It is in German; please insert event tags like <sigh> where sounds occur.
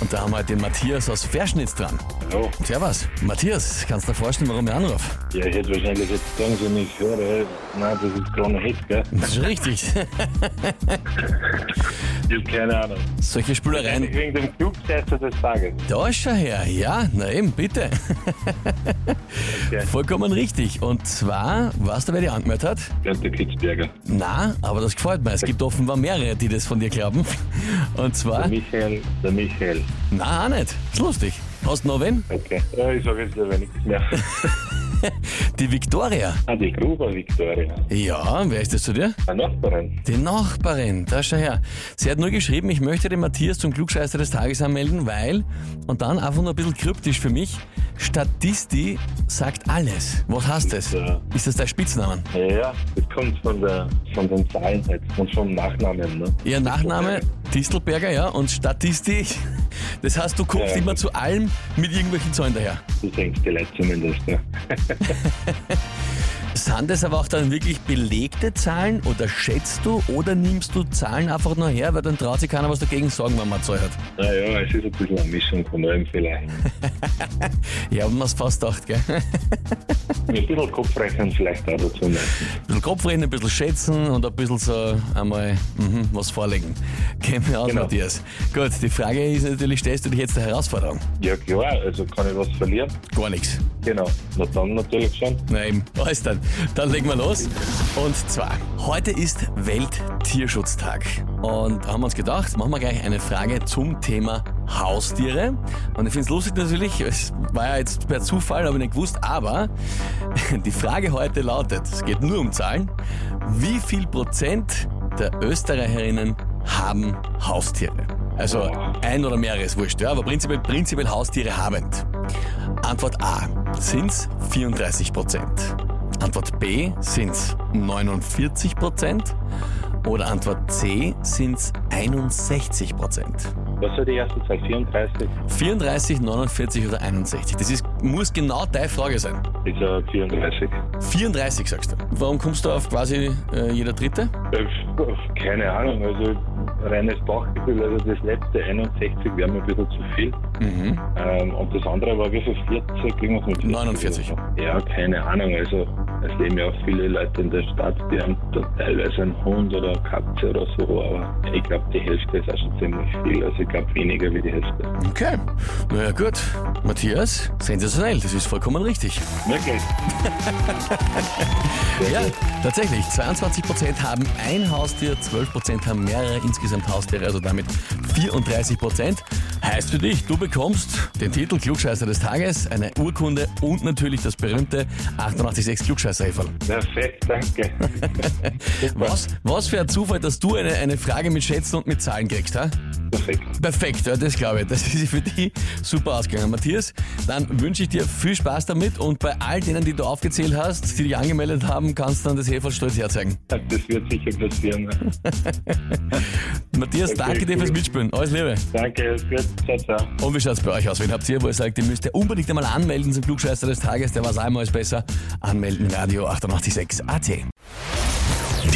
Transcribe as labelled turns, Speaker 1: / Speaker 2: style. Speaker 1: Und da haben wir halt den Matthias aus Verschnitz dran.
Speaker 2: Hallo.
Speaker 1: Servus. Matthias, kannst du dir vorstellen, warum ich anrufe?
Speaker 2: Ja, ich hätte wahrscheinlich jetzt sagen sollen, ich höre, nein, das ist gar nicht Hit, gell?
Speaker 1: Das ist richtig.
Speaker 2: Ich hab keine Ahnung.
Speaker 1: Solche
Speaker 2: Eigentlich
Speaker 1: Spielereien.
Speaker 2: wegen dem Klugscheißer des Tages.
Speaker 1: Da ist schon her. Ja, na eben, bitte.
Speaker 2: Okay.
Speaker 1: Vollkommen richtig. Und zwar, weißt du, wer die angemeldet hat?
Speaker 2: Peter Kitzberger.
Speaker 1: Na, aber das gefällt mir. Es gibt offenbar mehrere, die das von dir glauben. Und
Speaker 2: Der
Speaker 1: zwar,
Speaker 2: Michael, der Michael.
Speaker 1: na, auch nicht. Ist lustig. Hast du noch wen?
Speaker 2: Okay. Ja, ich sage jetzt lieber nichts mehr.
Speaker 1: Die Viktoria.
Speaker 2: Ah, die Gruber Victoria.
Speaker 1: Ja, wer ist das zu dir?
Speaker 2: Eine Nachbarin.
Speaker 1: Die Nachbarin, da schau her. Sie hat nur geschrieben, ich möchte den Matthias zum Klugscheißer des Tages anmelden, weil, und dann einfach nur ein bisschen kryptisch für mich, Statisti sagt alles. Was heißt das?
Speaker 2: Ja.
Speaker 1: Ist das dein Spitzname?
Speaker 2: Ja, ja, das kommt von, der, von den Zahlen halt und vom Nachnamen, ne?
Speaker 1: Ihr Nachname Distelberger, ja, und Statisti, das heißt, du kommst
Speaker 2: Ja.
Speaker 1: immer zu allem mit irgendwelchen Zahlen daher.
Speaker 2: Du denkst die Leute zumindest, ne?
Speaker 1: Sind das aber auch dann wirklich belegte Zahlen oder schätzt du oder nimmst du Zahlen einfach nur her, weil dann traut sich keiner was dagegen sagen, wenn man Zahl hat.
Speaker 2: Naja, es ist ein bisschen eine Mischung von allem vielleicht.
Speaker 1: Ja, haben wir es fast gedacht, gell?
Speaker 2: Ein bisschen Kopfrechnen vielleicht auch dazu. Ne?
Speaker 1: Ein bisschen Kopfreden, ein bisschen schätzen und ein bisschen so einmal mhm, was vorlegen. Kennen wir aus,
Speaker 2: Genau.
Speaker 1: Matthias. Gut, die Frage ist natürlich, stellst du dich jetzt der Herausforderung?
Speaker 2: Ja klar, also kann ich was verlieren.
Speaker 1: Gar nichts.
Speaker 2: Genau. Na dann natürlich schon.
Speaker 1: Na eben, alles dann. Dann legen wir los. Und zwar, heute ist Welttierschutztag. Und da haben wir uns gedacht, machen wir gleich eine Frage zum Thema Haustiere. Und ich finde es lustig natürlich, es war ja jetzt per Zufall, habe ich nicht gewusst, aber <laughs> die Frage heute lautet, es geht nur um Zahlen, wie viel Prozent der Österreicherinnen haben Haustiere? Also ein oder mehrere ist wurscht, ja, aber prinzipiell, prinzipiell Haustiere habend. Antwort A sind's 34 Prozent. Antwort B sind's 49 Prozent. Oder Antwort C sind's 61 Prozent.
Speaker 2: Was war die erste Zahl? 34?
Speaker 1: 34, 49 oder 61. Das ist, muss genau deine Frage sein.
Speaker 2: Ist ja 34.
Speaker 1: 34 sagst du. Warum kommst du auf quasi äh, jeder Dritte?
Speaker 2: Äh, keine Ahnung, also reines Bauchgefühl, also das letzte 61 wäre mir ein bisschen zu viel.
Speaker 1: Mhm.
Speaker 2: Ähm, und das andere war wie viel? 40? Irgendwas mit 40
Speaker 1: 49.
Speaker 2: oder so. Ja, keine Ahnung, also es leben ja auch viele Leute in der Stadt, die haben da teilweise einen Hund oder eine Katze oder so, aber ich glaube, die Hälfte ist auch schon ziemlich viel, also ich glaube weniger wie die Hälfte.
Speaker 1: Okay. Na ja, gut. Matthias, sensationell. Das ist vollkommen richtig.
Speaker 2: Wirklich?
Speaker 1: Ja, tatsächlich. 22% haben ein Haustier, 12% haben mehrere insgesamt Haustiere, also damit 34%. Heißt für dich, du bekommst den Titel Klugscheißer des Tages, eine Urkunde und natürlich das berühmte 886 klugscheißer -Häferl.
Speaker 2: Perfekt, danke.
Speaker 1: Was, was für ein Zufall, dass du eine, eine Frage mit Schätzen und mit Zahlen kriegst, ha?
Speaker 2: Perfekt.
Speaker 1: Perfekt, ja, das glaube ich. Das ist für dich super ausgegangen, Matthias. Dann wünsche ich dir viel Spaß damit und bei all denen, die du aufgezählt hast, die dich angemeldet haben, kannst du dann das Heferl stolz herzeigen.
Speaker 2: Das wird sicher passieren.
Speaker 1: Matthias,
Speaker 2: Okay,
Speaker 1: danke dir
Speaker 2: cool.
Speaker 1: fürs Mitspielen. Alles Liebe.
Speaker 2: Danke, gut, ciao, ciao.
Speaker 1: Und wie schaut's bei euch aus? Wen habt ihr, wo ihr sagt, ihr müsst ihr unbedingt einmal anmelden zum Klugscheißer des Tages, der war's einmal ist besser. Anmelden, Radio 886 AT.